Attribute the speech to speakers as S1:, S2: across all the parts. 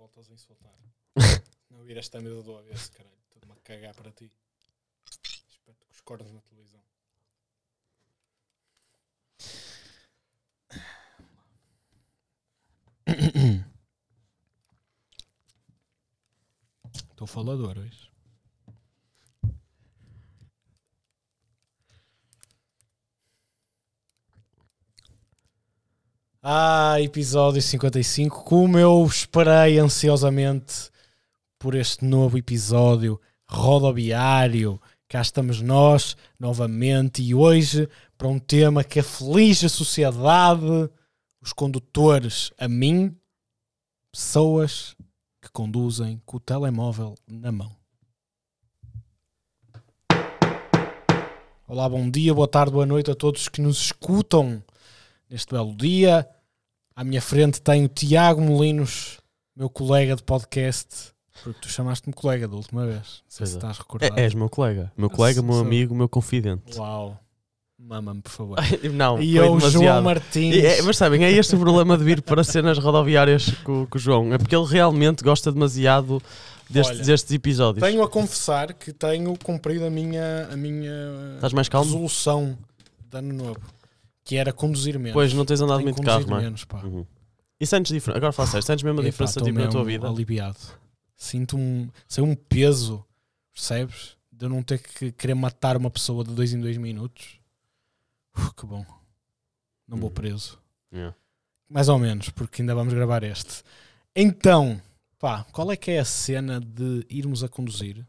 S1: voltas a insultar. não ir esta mesa do avesso, caralho. Estou-me a cagar para ti. Espeto com os cornos na televisão. Estou falador hoje. Ah, episódio 55. Como eu esperei ansiosamente por este novo episódio rodoviário. Cá estamos nós novamente e hoje para um tema que aflige a sociedade, os condutores, a mim, pessoas que conduzem com o telemóvel na mão. Olá, bom dia, boa tarde, boa noite a todos que nos escutam neste belo dia. À minha frente tenho Tiago Molinos, meu colega de podcast, porque tu chamaste-me colega da última vez. Não sei
S2: Pois
S1: se
S2: é.
S1: estás recordado.
S2: É, és meu colega. Meu colega, meu
S1: Sou-
S2: amigo, meu confidente.
S1: Uau, mama-me, por favor.
S2: Ai, Não,
S1: e
S2: foi
S1: eu, João
S2: demasiado.
S1: Martins.
S2: E é- mas sabem, é este o problema de vir para cenas rodoviárias com, com o João. É porque ele realmente gosta demasiado deste-
S1: Olha,
S2: destes episódios.
S1: Tenho a confessar que tenho cumprido a minha, a minha
S2: Estás mais calmo?
S1: resolução de ano novo, que era conduzir menos.
S2: Pois, não tens andado
S1: Tenho
S2: muito de carro,
S1: conduzido
S2: não é?
S1: menos, pá.
S2: Uhum. E sentes diferença? Agora fala sério, sentes mesmo a
S1: Epá,
S2: diferença
S1: tô
S2: tipo, na tua
S1: mesmo
S2: vida?
S1: aliviado. Sinto-me, sei um peso, percebes? De eu não ter que querer matar uma pessoa de dois em dois minutos. Uf, que bom. Não vou
S2: Hum.
S1: preso.
S2: Yeah.
S1: Mais ou menos, porque ainda vamos gravar este. Então, pá, qual é que é a cena de irmos a conduzir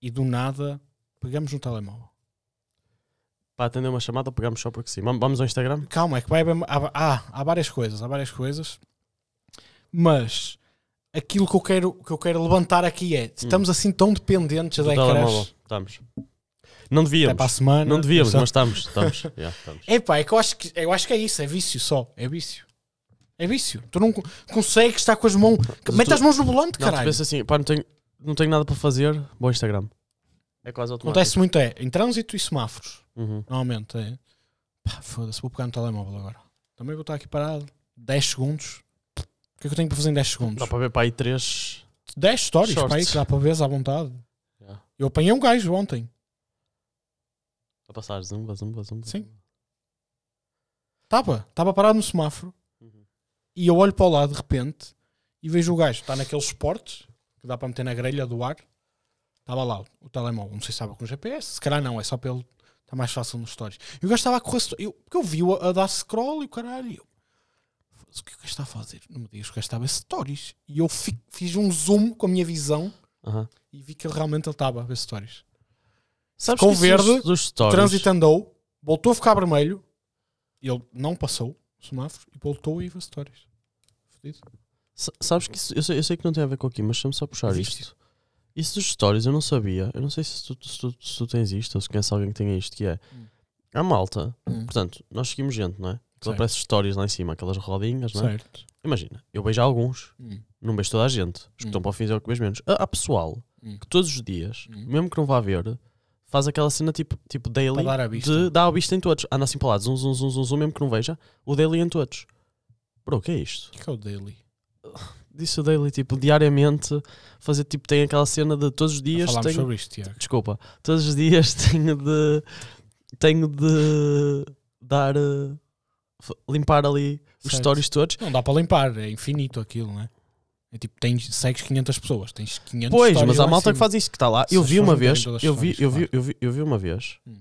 S1: e do nada pegamos no telemóvel?
S2: Para atender uma chamada, pegamos só porque sim. Vamos vamos ao Instagram?
S1: Calma, é que vai haver. Há, há- há várias coisas, há várias coisas. Mas aquilo que eu quero, que eu quero levantar aqui é: estamos assim tão dependentes
S2: Do
S1: da ecrãs
S2: telemóvel. Estamos.
S1: até para
S2: Não
S1: a
S2: devíamos.
S1: semana.
S2: Não devíamos,
S1: Só-
S2: mas estamos. Estamos. Yeah, estamos.
S1: Epá, é que eu acho que, eu acho que é isso, é vício só, é vício. É vício. Tu não co- consegues estar com as mãos.
S2: Mas
S1: Mete
S2: tu-
S1: as mãos no volante,
S2: Não, tu
S1: caralho.
S2: pensas assim, pá, não tenho, não tenho nada para fazer, vou ao Instagram. É quase automático.
S1: Acontece muito é em trânsito e semáforos.
S2: Uhum.
S1: Normalmente é. Pá, foda-se, vou pegar no telemóvel agora. Também vou estar aqui parado 10 segundos. O que é que eu tenho para fazer em 10 segundos?
S2: Dá para ver para aí três.
S1: 10 stories
S2: Shorts.
S1: pá, aí, que dá para ver à vontade.
S2: Yeah.
S1: Eu apanhei um gajo ontem.
S2: A passar zumba, zumba, zumba.
S1: Sim. Estava, estava parado no semáforo.
S2: Uhum.
S1: E eu olho para o lado de repente e vejo o gajo. Está naqueles suportes que dá para meter na grelha do ar. Estava lá o, o telemóvel. Não sei se estava com GPS. Se calhar não, é só pelo. Está mais fácil nos stories. E o gajo estava a correr. Eu, porque eu vi-o a, a dar scroll e o caralho. e eu, "Foda-se, o que é que o gajo está a fazer? Não me digas que o gajo estava a ver stories. E eu fi- fiz um zoom com a minha visão
S2: Aham.
S1: e vi que ele realmente ele estava a ver stories.
S2: Sabes
S1: Com
S2: que isso dos-
S1: verde,
S2: dos stories,
S1: trânsito andou, voltou a ficar vermelho, ele não passou o semáforo e voltou a ir ver stories. Fudido.
S2: sa- Sabes que isso, eu sei, eu sei que não tem a ver com aqui, mas deixa-me só puxar
S1: Existe.
S2: isto. Isso dos stories eu não sabia. Eu não sei se tu, se tu- se tu tens isto ou se conheces alguém que tenha isto, que é.
S1: Hum.
S2: A malta,
S1: Hum.
S2: portanto, nós seguimos gente, não é? Que
S1: Certo.
S2: aparece stories lá em cima, aquelas rodinhas, não é?
S1: Certo.
S2: Imagina, eu beijo alguns,
S1: Hum.
S2: não beijo toda a gente. Os que
S1: Hum.
S2: estão para o fim é o que beijo menos. Há há pessoal
S1: Hum.
S2: que todos os dias,
S1: Hum.
S2: mesmo que não vá ver, faz aquela cena tipo, tipo daily
S1: Para dar à vista.
S2: de dar a vista em todos. Anda assim para lá, zoom, zoom, zoom, zoom, zoom, mesmo que não veja, o daily em todos. Bro, o que é isto?
S1: O que é o daily?
S2: Disse o daily, tipo, diariamente, fazer tipo, tem aquela cena de todos os dias
S1: Falámos
S2: tenho.
S1: sobre isto, Tiago.
S2: Desculpa, todos os dias tenho de. Tenho de dar. eh, f- limpar ali os
S1: Certo.
S2: stories todos.
S1: Não dá para limpar, é infinito aquilo, não é? É tipo, tens, segues 500 pessoas, tens 500
S2: Pois,
S1: stories
S2: mas há
S1: lá em
S2: malta que
S1: cima.
S2: faz isso que está lá. Eu
S1: Se
S2: vi
S1: as pessoas
S2: uma
S1: não terem
S2: vez,
S1: todas
S2: eu vi,
S1: stories,
S2: eu vi, eu vi, eu vi uma vez,
S1: Hum.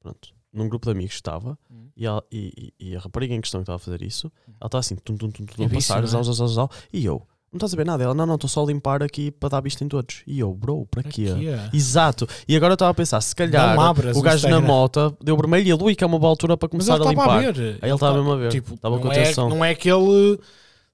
S2: pronto, num grupo de amigos estava
S1: Hum.
S2: e, ela- e, e- e a rapariga em questão que estava a fazer isso,
S1: Hum.
S2: ela estava assim, tum, tum, tum, tum,
S1: É
S2: a
S1: vício,
S2: passar,
S1: não é?
S2: zau, zau, zau, zau, e eu, não estás a ver nada? Ela, não, não, estou só a limpar aqui para dar vista em todos. E eu, bro, para
S1: Aqui
S2: quê?
S1: é.
S2: Exato, e agora eu estava a pensar, se calhar
S1: Não um abras
S2: o
S1: o
S2: gajo na
S1: Instagram.
S2: mota deu vermelho e a lua, que é uma boa altura para
S1: Mas
S2: começar
S1: ele
S2: a
S1: estava a
S2: limpar.
S1: ver.
S2: Aí ele estava mesmo a ver,
S1: Tipo,
S2: estava com
S1: não, é,
S2: atenção.
S1: não é aquele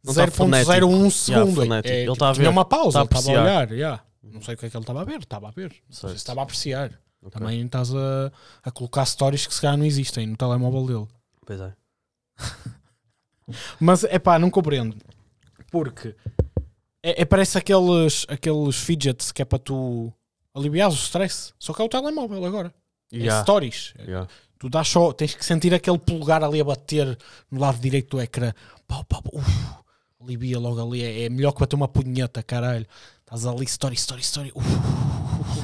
S2: Não tá
S1: 0.01 segundo. é-
S2: frenético.
S1: é,
S2: Ele
S1: tipo,
S2: tá a ver,
S1: Tinha uma pausa,
S2: tá a
S1: ele estava a
S2: apreciar.
S1: olhar. yeah. Não sei o que é que ele estava a ver, estava a ver. Não sei se
S2: Certo.
S1: estava a apreciar.
S2: Ok.
S1: Também estás a, a colocar stories que se calhar não existem no telemóvel dele.
S2: Pois é.
S1: Mas é pá, não compreendo. Porque é, é- parece aqueles, aqueles fidgets que é para tu aliviar o stress. Só que é o telemóvel agora. É
S2: Yeah,
S1: stories.
S2: yeah.
S1: Tu dás só, tens que sentir aquele polegar ali a bater no lado direito do ecrã. Pau, pau, pau. Uf, Libia logo ali é, é melhor que bater uma punheta, caralho. Estás ali, story, story, story. Uf,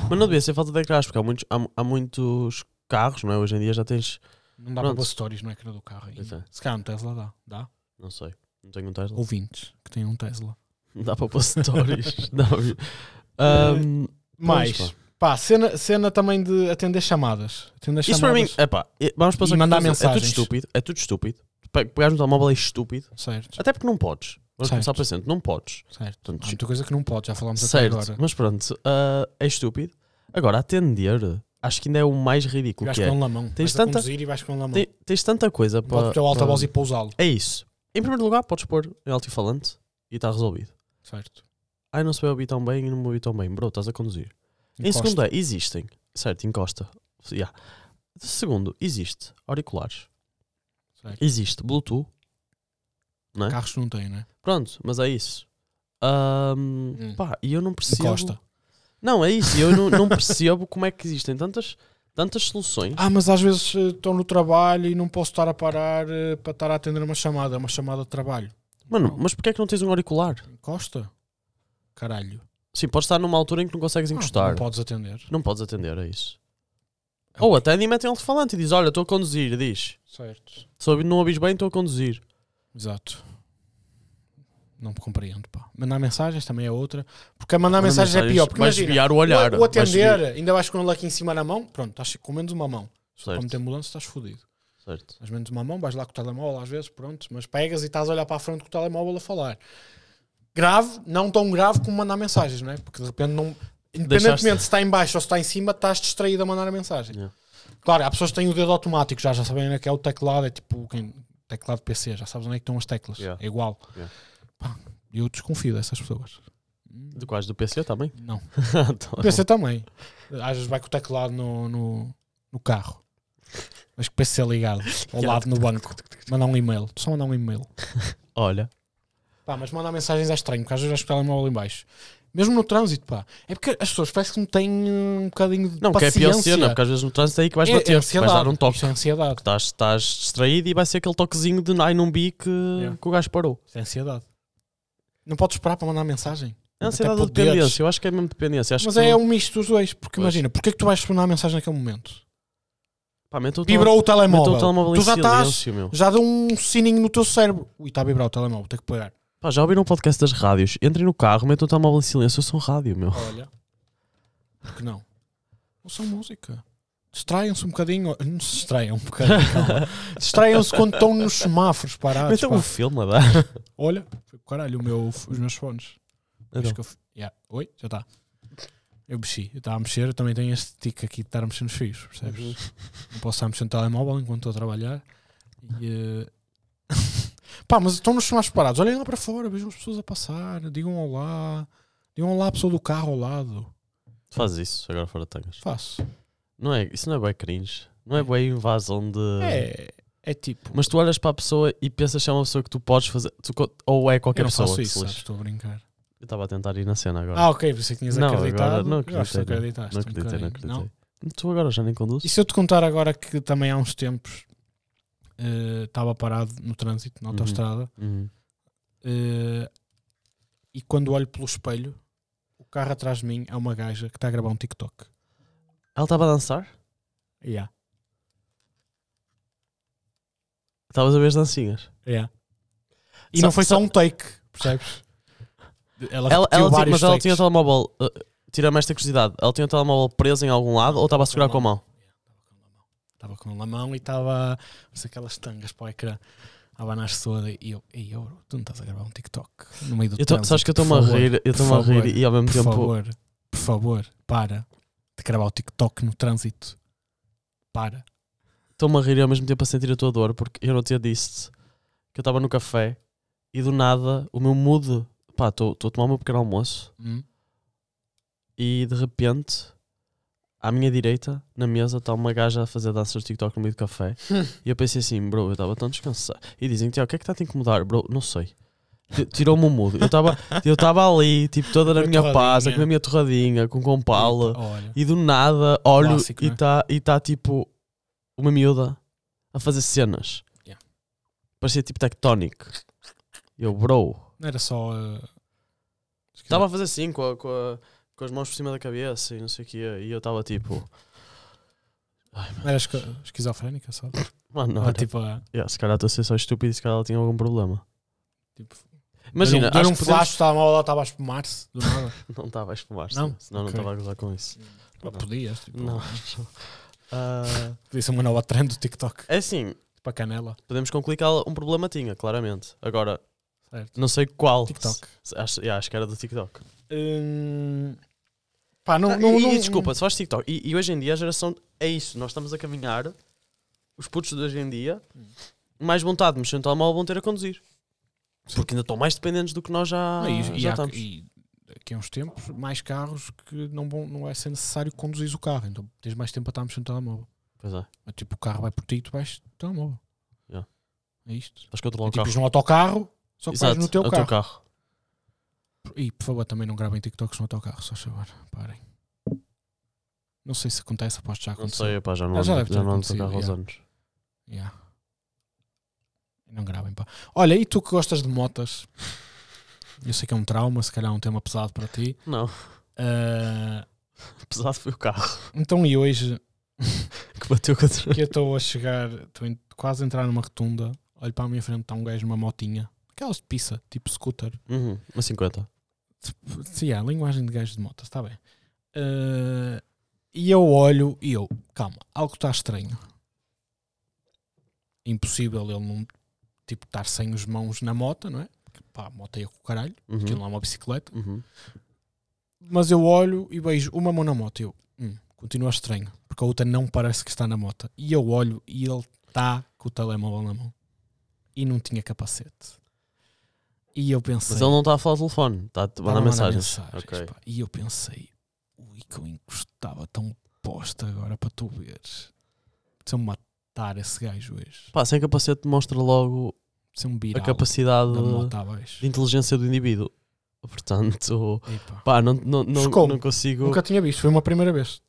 S2: Mas não devia ser falta de crash, porque há muitos, há, há muitos carros, não é? Hoje em dia já tens.
S1: não dá para
S2: Pronto.
S1: pôr stories no ecrã do carro. ainda.
S2: Pois é.
S1: Se calhar um Tesla dá. Dá?
S2: Não sei. Não tenho um Tesla.
S1: Ouvintes que têm um Tesla.
S2: Dá para pôr stories. Dá para ver. Ahm,
S1: Mais.
S2: Pois,
S1: Pá, cena, cena também de atender chamadas. Atender
S2: isso para mim.
S1: chamadas.
S2: Epá, e- vamos passar
S1: E mandar
S2: aqui, É tudo
S1: mensagens.
S2: estúpido. É tudo estúpido. Pe- Pegar no telemóvel é estúpido.
S1: Certo,
S2: Até porque não podes.
S1: Certo.
S2: Vamos começar por sempre. Não podes.
S1: certo. Há
S2: Portanto,
S1: muita coisa que não pode, já falámos até
S2: Ah, certo.
S1: agora.
S2: Mas pronto. ah, é estúpido. Agora, atender. Acho que ainda é o mais ridículo
S1: Vais
S2: que é.
S1: com um lamão.
S2: Tens
S1: Vais a
S2: tanta-
S1: conduzir e vais com um lamão.
S2: Te- tens tanta coisa para.
S1: Pode ter o
S2: para-
S1: altavoz e pousá-lo.
S2: É isso. Em primeiro lugar, podes pôr em alto-falante e está resolvido.
S1: Certo.
S2: Ai, não se vai ouvir tão bem e não me ouvi tão bem. Bro, estás a conduzir. Em
S1: Encosta.
S2: segundo é, existem. Certo, encosta. Yeah. Segundo, existe auriculares.
S1: Certo.
S2: Existe Bluetooth. é?
S1: Carros não têm, né?
S2: Pronto, mas é isso. Ahm,
S1: Hum.
S2: Pá, e eu não percebo.
S1: Encosta.
S2: Não, é isso. Eu não, não percebo como é que existem tantas, tantas soluções.
S1: Ah, mas às vezes eh, estou no trabalho e não posso estar a parar eh, para estar a atender uma chamada, É uma chamada de trabalho.
S2: Mano, mas porquê é que não tens um auricular?
S1: Encosta? Caralho.
S2: Sim, podes estar numa altura em que não consegues
S1: Ah,
S2: encostar.
S1: não podes atender.
S2: Não podes atender a isso.
S1: É um
S2: Ou até nem metem um alto-falante e diz: Olha, estou a conduzir. Diz:
S1: Certo.
S2: Se ouvi- não ouvis bem, estou a conduzir.
S1: Ah, Exato. Não me compreendo, pá. Mandar mensagens também é outra. Porque a mandar
S2: Manda
S1: mensagens, é
S2: mensagens,
S1: pior. Porque
S2: vais
S1: imagina,
S2: desviar o olhar.
S1: o, o atender, ainda vais com ele aqui em cima na mão, pronto, estás com menos uma mão.
S2: Certo.
S1: Como tem ambulância, estás fodido.
S2: Certo.
S1: Estás menos uma mão, vais lá com o telemóvel às vezes, pronto, mas pegas e estás a olhar para a frente com o telemóvel a falar. Grave, não tão grave como mandar mensagens, não é? Porque de repente não. Independentemente
S2: Deixaste-
S1: se está em baixo ou se está em cima, estás distraído a mandar a mensagem.
S2: Yeah.
S1: Claro, há pessoas que têm o dedo automático, já, já sabem onde é que é o teclado, é tipo quem, teclado PC, já sabes onde é que estão as teclas.
S2: Yeah.
S1: É igual.
S2: Yeah.
S1: Pá, eu desconfio dessas pessoas.
S2: De quais? Do PC também?
S1: Não.
S2: Então,
S1: O PC também. Às vezes vai com o teclado no, no, no carro. Mas com o PC ligado, ao
S2: Yeah.
S1: lado no banco. Mandar um e-mail. Só mandar um e-mail.
S2: Olha.
S1: Pá, mas mandar mensagens é estranho, porque às vezes acho que o telemóvel em baixo. Mesmo no trânsito, pá. É porque as pessoas parece que não têm hum, um bocadinho de
S2: Não, que é
S1: paciência.
S2: pior cena, porque às vezes no trânsito é aí que vais
S1: É- é
S2: bater. vais
S1: ansiedade.
S2: dar um toque.
S1: Isto é ansiedade.
S2: Estás, estás distraído e vai ser aquele toquezinho de ai, não bi que,
S1: Yeah.
S2: que o gajo parou.
S1: Isto é ansiedade. Não podes esperar para mandar mensagem.
S2: É ansiedade
S1: Até
S2: ou
S1: poderes.
S2: dependência. Eu acho que é mesmo dependência. Acho
S1: mas
S2: que
S1: é
S2: tu-
S1: um misto dos dois. Porque
S2: Pois.
S1: imagina, porque é que tu vais responder a mensagem naquele momento?
S2: Pá, mete o
S1: Vibrou o
S2: tele- mete
S1: telemóvel.
S2: o telemóvel em
S1: tu já estás
S2: silêncio, meu.
S1: já deu um sininho no teu cérebro. Ui, está a vibrar o telemóvel, tenho que pagar.
S2: Pá, já ouviram o podcast das rádios? Entrem no carro, metam o telemóvel em silêncio. Eu sou um rádio, meu.
S1: Olha. Porque não? Ouçam música. Distraiam-se um bocadinho. Não se distraiam um bocadinho, calma. Distraiam-se quando estão nos semáforos parados.
S2: metam
S1: pá.
S2: um filme a dar.
S1: Olha, caralho, o meu, os meus fones.
S2: Então.
S1: Acho que eu f- Yeah. Oi, já está. Eu mexi, eu estava a mexer, eu também tenho este tic aqui de estar a mexer nos fios, percebes? Não posso estar a mexer no telemóvel enquanto estou a trabalhar. E, eh, Pá, mas estão nos mais parados. Olhem lá para fora, vejam as pessoas a passar, digam olá. Digam olá à pessoa do carro ao lado.
S2: Faz isso, agora fora de tangas.
S1: Faço.
S2: Não é, isso não é bem cringe. Não é bem invasão de.
S1: É, é tipo.
S2: Mas tu olhas para a pessoa e pensas que é uma pessoa que tu podes fazer. tu co- ou é qualquer
S1: eu não
S2: pessoa.
S1: faço
S2: que
S1: isso,
S2: se lixe.
S1: sabes? Estou a brincar.
S2: Eu estava a tentar ir na cena agora.
S1: Ah, ok, pensei que tinhas
S2: Não, agora
S1: acreditado.
S2: não
S1: Eu acho que tu
S2: acreditei,
S1: acreditaste.
S2: não
S1: um
S2: acreditei, não
S1: bocadinho.
S2: acreditei. Tu agora já nem conduzes?
S1: E se eu te contar agora que também há uns tempos eh, estava parado no trânsito, na
S2: Uhum.
S1: autoestrada,
S2: Uhum.
S1: eh, e quando olho pelo espelho, o carro atrás de mim é uma gaja que está a gravar um TikTok.
S2: Ela estava a dançar?
S1: Yeah.
S2: Estavas a ver as dancinhas.
S1: Yeah. E
S2: Só-
S1: não foi só
S2: só-
S1: um take, percebes? Ela,
S2: Ela,
S1: repetiu
S2: ela tinha,
S1: vários
S2: mas ela
S1: takes.
S2: tinha o telemóvel. uh, Tira-me esta curiosidade. Ela tinha o telemóvel preso em algum lado ou estava a segurar com a mão?
S1: Estava com ele na mão e estava parece aquelas tangas para o ecrã. A abanar-se toda e eu, ei, eu, tu não estás a gravar um TikTok no meio do
S2: Eu tô,
S1: trânsito,
S2: sabes que eu
S1: por
S2: estou-me a
S1: favor."
S2: rir, tipo, eu estou-me a
S1: por
S2: rir
S1: favor,
S2: e ao mesmo
S1: Por
S2: tempo.
S1: favor, por favor, para de gravar o TikTok no trânsito. Para.
S2: estou-me a rir e ao mesmo tempo a sentir a tua dor, porque eu não te disse que eu estava no café e do nada o meu mood, pá, estou estou a tomar o meu pequeno almoço
S1: Hum?
S2: e de repente à minha direita, na mesa, está uma gaja a fazer danças de TikTok no meio do café e eu pensei assim, bro, eu estava tão descansado. E dizem, Tiago, o que é que está a te incomodar? Bro, não sei. Ti- Tirou-me o mood. Eu estava eu estava ali, tipo, toda na
S1: Com a
S2: minha paz, a
S1: torradinha.
S2: comer a minha torradinha, com compala.
S1: Olha.
S2: E do nada olho
S1: Clássico,
S2: e
S1: não é?
S2: está tá, tipo uma miúda a fazer cenas.
S1: Yeah.
S2: Parecia tipo tectónico. Eu, bro,
S1: Não era só. eh, esqueci-
S2: Estava a fazer assim, com, a- com, a- com as mãos por cima da cabeça e não sei o que. E eu estava tipo. Ai,
S1: Não era esqui- esquizofrénica só.
S2: mano, não,
S1: Ou
S2: era-
S1: tipo, ah,
S2: Yeah, se calhar estou a ser só estúpido e se calhar ela tinha algum problema.
S1: tipo,
S2: Imagina,
S1: Era um,
S2: acho que
S1: flash, estava mal, ela estava a espumar-se do nada.
S2: podemos- Não estava a espumar,
S1: Não?
S2: não? senão não
S1: Ok.
S2: estava a gozar com isso.
S1: Pá,
S2: Não.
S1: Podias, tipo,
S2: Não. Ah,
S1: podia ser uma nova trend do TikTok.
S2: é assim,
S1: Tipo a canela.
S2: podemos concluir que ela um problema tinha, claramente. Agora,
S1: Certo.
S2: não sei qual.
S1: TikTok.
S2: Se- Acho, yeah, acho que era do TikTok.
S1: Hum, pá, não.
S2: Ah,
S1: não,
S2: e, e
S1: não-
S2: desculpa, se faz TikTok. E, e hoje em dia a geração é isso. Nós estamos a caminhar. Os putos de hoje em dia, mais vontade de mexer no telemóvel, vão ter a conduzir. Porque ainda estão mais dependentes do que nós já,
S1: Ah, e, e
S2: já
S1: há-
S2: estamos.
S1: e daqui a uns tempos, mais carros que não, vão- não é ser necessário conduzir o carro. Então tens mais tempo para estarmos no telemóvel.
S2: Pois é.
S1: É tipo, o carro vai por ti e tu vais no telemóvel.
S2: Yeah.
S1: É isto.
S2: Acho que eu te
S1: E,
S2: logo
S1: tipo,
S2: carro.
S1: isto num autocarro, só que vais
S2: Exato,
S1: no teu
S2: é o
S1: carro.
S2: teu carro.
S1: E por favor, também não gravem TikToks no autocarro, só favor. Parem. Não sei se acontece, aposto que já
S2: Não
S1: aconteceu.
S2: sei, pá, já não
S1: Ah,
S2: ando,
S1: já
S2: já
S1: deve ter
S2: não ando com
S1: acontecido,
S2: carro aos
S1: já.
S2: anos.
S1: Yeah. Não gravem, pá. Olha, e tu que gostas de motas? Eu sei que é um trauma, se calhar é um tema pesado para ti.
S2: Não,
S1: Ah,
S2: pesado foi o carro
S1: então, e hoje
S2: que bateu contra.
S1: que eu estou a chegar, estou em- quase a entrar numa rotunda, olho para a minha frente, está um gajo numa motinha, aquelas de pizza, tipo scooter.
S2: Uhum, uma 50.
S1: Sim, é, linguagem de gajo de motas, está bem. Ah, e eu olho e eu, calma, algo está estranho. Impossível ele não tipo, estar sem as mãos na moto, não é? Porque, Pá, a moto é com o caralho, aquilo
S2: Uhum.
S1: não é uma bicicleta.
S2: Uhum.
S1: Mas eu olho e vejo uma mão na moto e eu, hum, continua estranho, porque a outra não parece que está na moto. E eu olho e ele está com o telemóvel na mão e não tinha capacete. E eu pensei.
S2: Mas ele não está a falar ao telefone, está Tá a te
S1: Ela
S2: mandar mensagens.
S1: mensagens,
S2: Ok.
S1: pá. E eu pensei, ui, que eu encostava tão posta agora para tu veres. Se eu matar esse gajo hoje,
S2: Pá, sem capacete demonstra logo
S1: se eu me
S2: a
S1: virar
S2: capacidade
S1: da
S2: de
S1: moto abaixo.
S2: inteligência do indivíduo. Portanto,
S1: Epá.
S2: pá, não, não, não,
S1: Chocou-me.
S2: não consigo.
S1: Nunca tinha visto, foi uma primeira vez.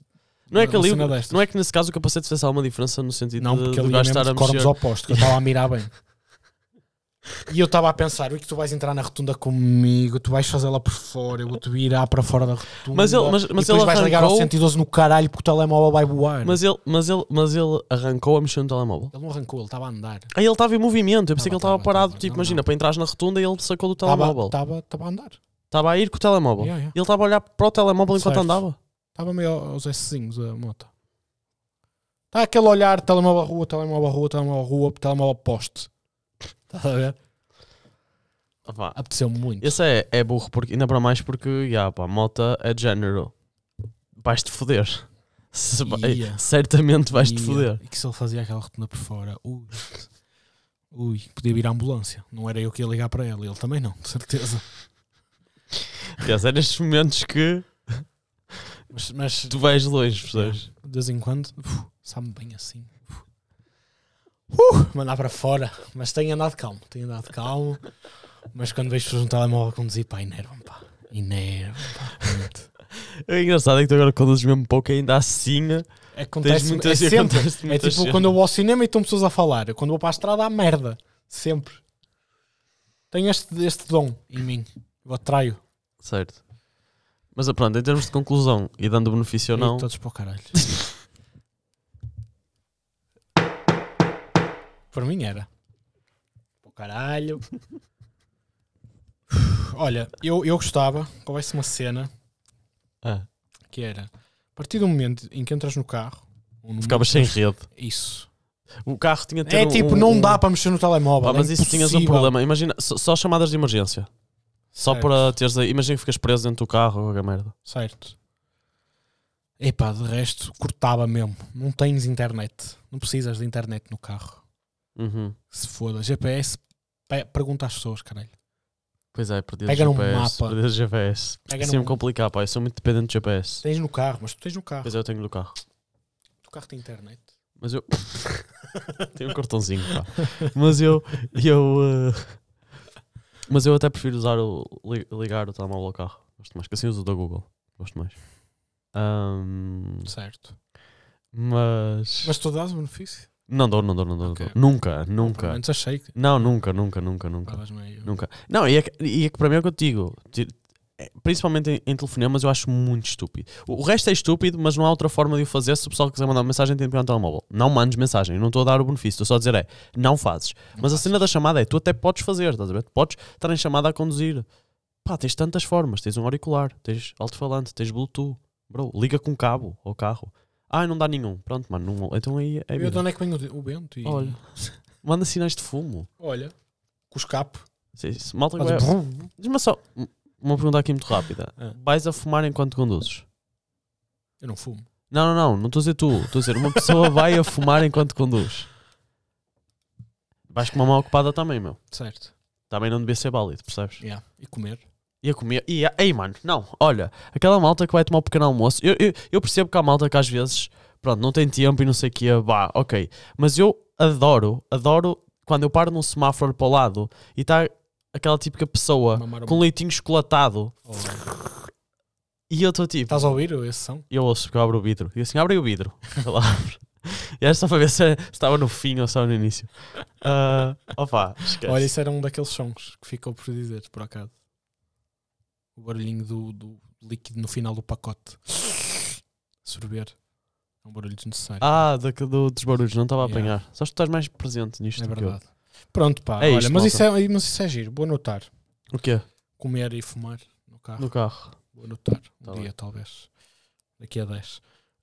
S2: Não, é que
S1: Uma
S2: ali,
S1: cena destas.
S2: não é que nesse caso o capacete fizesse alguma diferença no sentido
S1: Não,
S2: de,
S1: porque
S2: de
S1: ele ia mesmo
S2: gastar a
S1: de cornos
S2: mexer.
S1: opostos, que eu estava a mirar bem. E eu estava a pensar, ui, que tu vais entrar na rotunda comigo, tu vais fazê-la por fora, eu vou-te virar para fora da rotunda.
S2: Mas ele- mas-
S1: e
S2: mas
S1: depois
S2: ele
S1: vais ligar ao
S2: arrancou-
S1: 112 no caralho porque o telemóvel vai voar.
S2: Mas ele, mas, ele, mas ele arrancou a mexer no telemóvel.
S1: Ele não arrancou, ele estava a andar.
S2: Aí ele estava em movimento, eu pensei que
S1: Tava,
S2: ele estava
S1: tava,
S2: parado.
S1: tava.
S2: tipo,
S1: tá Não,
S2: imagina,
S1: não.
S2: para entrar na rotunda e ele sacou do telemóvel.
S1: Estava a andar.
S2: Estava a ir com o telemóvel.
S1: Yeah, Tá yeah.
S2: Ele estava a olhar para o telemóvel enquanto
S1: Certo.
S2: andava.
S1: Estava meio aos Szinhos a moto. Está aquele olhar, telemóvel rua, telemóvel rua, telemóvel rua, telemóvel poste. Estás a ver? Apeteceu muito.
S2: Esse é, é burro, porque, ainda para mais porque, yeah, pá, mota é de género. Vais-te foder. Se vai-
S1: Ia.
S2: Certamente vais-te
S1: E, eh,
S2: foder.
S1: E que se ele fazia aquela rotunda por fora, ui, ui, podia vir a ambulância. Não era eu que ia ligar para ele, ele também não, de certeza.
S2: Aliás, é nestes momentos que
S1: Mas, mas
S2: tu vais longe, percebes?
S1: de vez em quando, uf, sabe bem assim. uf. Uh, mandar para fora. Mas tenho andado calmo, tenho andado calmo. Mas quando vejo pessoas no telemóvel a conduzir, pá, enervam, pá. Enervam, pá. muito.
S2: O engraçado é que tu agora conduzes mesmo pouco e ainda assim
S1: Acontece
S2: tens muitas
S1: é sempre.
S2: acontece
S1: É
S2: muita
S1: tipo
S2: cena.
S1: quando eu vou ao cinema e estão pessoas a falar. Eu quando vou para a estrada há merda. Sempre. Tenho este, este dom em mim. Eu atraio.
S2: Certo. Mas ah, pronto, em termos de conclusão e dando benefício ou
S1: E
S2: não,
S1: todos para o caralho. Para mim era. Para o caralho. Olha, eu, eu gostava que houvesse uma cena
S2: ah,
S1: que era a partir do momento em que entras no carro. ou no
S2: ficavas sem
S1: motor-
S2: rede.
S1: Isso.
S2: O carro tinha de ter
S1: É
S2: um-
S1: tipo,
S2: um-
S1: não
S2: um-
S1: dá para mexer no telemóvel.
S2: Pá, mas
S1: é
S2: isso tinhas um
S1: impossível.
S2: problema. Imagina, só, só chamadas de emergência. Só
S1: Certo.
S2: para teres aí. Imagina que ficas preso dentro do carro ou qualquer merda.
S1: Certo. Epá, de resto, cortava mesmo. Não tens internet. Não precisas de internet no carro.
S2: Uhum.
S1: Se foda. GPS, pe- pergunta às pessoas, caralho.
S2: Pois é, perdido
S1: Pega num
S2: GPS.
S1: mapa.
S2: Perdido GPS.
S1: Pega
S2: é Sempre
S1: num-
S2: complicado, pá. Eu sou muito dependente de GPS.
S1: Tens no carro, mas tu tens no carro.
S2: Pois é, eu tenho do carro.
S1: Tu carro tem internet.
S2: Mas eu. tenho um cartãozinho, pá. Mas eu. eu eh, Mas eu até prefiro usar o, li- ligar o telemóvel ao carro. Gosto mais. Que assim uso o da Google. Gosto mais. Ahm,
S1: Certo.
S2: mas.
S1: Mas tu dás o benefício?
S2: Não dou, não dou, não dou. não dou.
S1: Ok.
S2: Nunca,
S1: Pelo
S2: nunca.
S1: menos achei que.
S2: Não, nunca, nunca, nunca, nunca.
S1: Estavas meio.
S2: Nunca. Não, e é, que, e é que para mim é o que eu te digo. Ti- é, Principalmente em, em telefonemas eu acho muito estúpido. O, o resto é estúpido, mas não há outra forma de o fazer se o pessoal quiser mandar uma mensagem tem de pegar no telemóvel. Não mandes mensagem, eu não estou a dar o benefício, estou só a dizer é, não fazes. mas a cena da chamada é, tu até podes fazer, estás a ver? Tu podes estar em chamada a conduzir. Pá, tens tantas formas, tens um auricular, tens alto-falante, tens Bluetooth. Bro, liga com um cabo ao carro. Ah, não dá nenhum. Pronto, mano, não- então aí é
S1: Eu de
S2: vida.
S1: onde é que vem o, o vento? E...
S2: Olha. Manda sinais de fumo.
S1: Olha. Com o escape.
S2: Isso é isso. Malta,
S1: Faz um
S2: é-
S1: brum.
S2: Diz-me só um- uma pergunta aqui muito rápida.
S1: Ah.
S2: Vais a fumar enquanto conduzes?
S1: Eu não fumo.
S2: Não, não, não, não estou a dizer tu. Estou a dizer uma pessoa vai a fumar enquanto conduz. Vais com uma mão ocupada também, meu.
S1: Certo.
S2: Também não devia ser válido, percebes?
S1: Yeah. E comer.
S2: E a comer. E a... Ei, mano, não, olha, aquela malta que vai tomar o pequeno almoço. Eu, eu, eu percebo que há malta que às vezes, pronto, não tem tempo e não sei o quê, vá, ok. Mas eu adoro, adoro quando eu paro num semáforo para o lado e está aquela típica pessoa
S1: Mamar um-
S2: Ah. com leitinho chocolatado
S1: Oh.
S2: e eu estou tipo.
S1: Estás a ouvir esse som?
S2: E eu ouço porque eu abro o vidro. E assim, abre o vidro. Ela abre. E era só para ver se se estava no fim ou só no início. Ah, opa, esquece.
S1: Olha, isso era um daqueles sons que ficou por dizer, por acaso. O barulhinho do, do líquido no final do pacote. Sorver. É um barulho desnecessário.
S2: Ah, da, do, dos barulhos, não estava a
S1: Yeah.
S2: apanhar. Só que tu estás mais presente nisto.
S1: é
S2: do que eu.
S1: verdade. Pronto, pá.
S2: É
S1: olha,
S2: isto,
S1: mas,
S2: malta.
S1: isso é, mas isso é giro. Vou anotar.
S2: O quê?
S1: Comer e fumar no carro.
S2: No carro.
S1: Vou anotar. Um
S2: Tá
S1: dia,
S2: bem.
S1: talvez. Daqui a 10.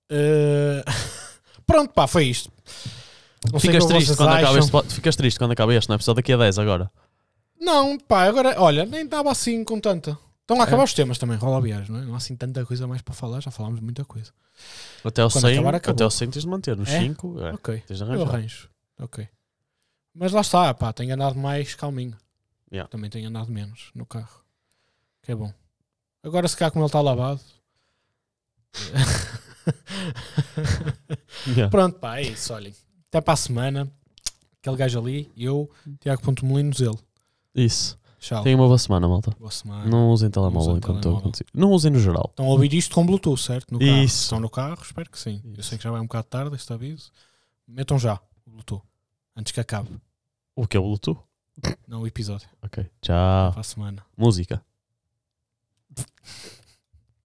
S1: Eh, Pronto, pá, foi isto. Não sei
S2: Ficas
S1: o que
S2: triste,
S1: vocês
S2: quando acaba
S1: acham.
S2: este, pod- ficas triste quando acaba este, não é? Só daqui a 10 agora.
S1: Não, pá, agora, olha, nem estava assim com tanta.
S2: É.
S1: Estão a acabar os temas também, rodoviários, não é? Não há assim tanta coisa mais para falar, já falámos muita coisa.
S2: Até ao
S1: Quando
S2: 100,
S1: acabar, acabou.
S2: até ao 100 tens de manter. Nos
S1: É?
S2: 5, é.
S1: Ok,
S2: tens de
S1: eu
S2: arranjar.
S1: arranjo. Ok. Mas lá está, pá, tenho andado mais calminho.
S2: Yeah.
S1: Também tenho andado menos no carro. Que é bom. Agora, se cá como ele está lavado.
S2: Yeah.
S1: Pronto, pá, é isso, olhem. Até para a semana. Aquele gajo ali, eu, Tiago Ponto Molinos, ele.
S2: Isso.
S1: Tchau.
S2: Tenha uma boa semana, malta.
S1: Boa semana.
S2: Não usem telemóvel
S1: usem
S2: enquanto estou a
S1: telemóvel.
S2: conduzir. Não usem no geral.
S1: Estão a ouvir isto com Bluetooth, certo? No carro.
S2: Isso.
S1: Se Estão no carro, espero que sim. Eu
S2: Isso.
S1: sei que já vai um bocado tarde este aviso. Metam já o Bluetooth, antes que acabe.
S2: O que é o Bluetooth?
S1: Não o episódio,
S2: Ah. Ok. Tchau.
S1: para a semana.
S2: Música.